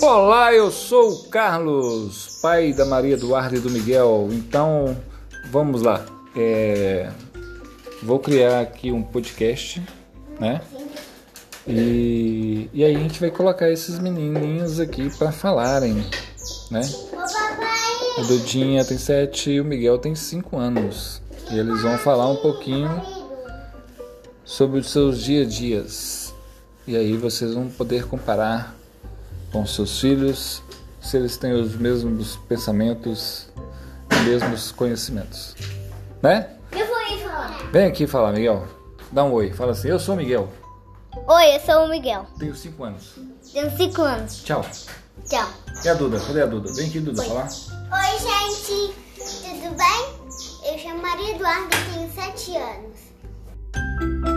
Olá, eu sou o Carlos, pai da Maria Eduarda e do Miguel. Então, vamos lá. É, Vou criar aqui um podcast, né? E, e aí a gente vai colocar esses menininhos aqui para falarem, né? Ô papai! A Dudinha tem 7 e o Miguel tem 5 anos. E eles vão falar um pouquinho sobre os seus dia a dias. E aí vocês vão poder comparar com seus filhos se eles têm os mesmos pensamentos, os mesmos conhecimentos. Né? Eu vou ir falar. Vem aqui falar, Miguel. Dá um oi. Fala assim: Eu sou o Miguel, Oi, eu sou o Miguel. tenho 5 anos. Tenho 5 anos. Tchau. Tchau. E a Duda? Cadê a Duda? Vem aqui, Duda, falar. Oi, gente. Tudo bem? Eu chamo Maria Eduarda e tenho 7 anos.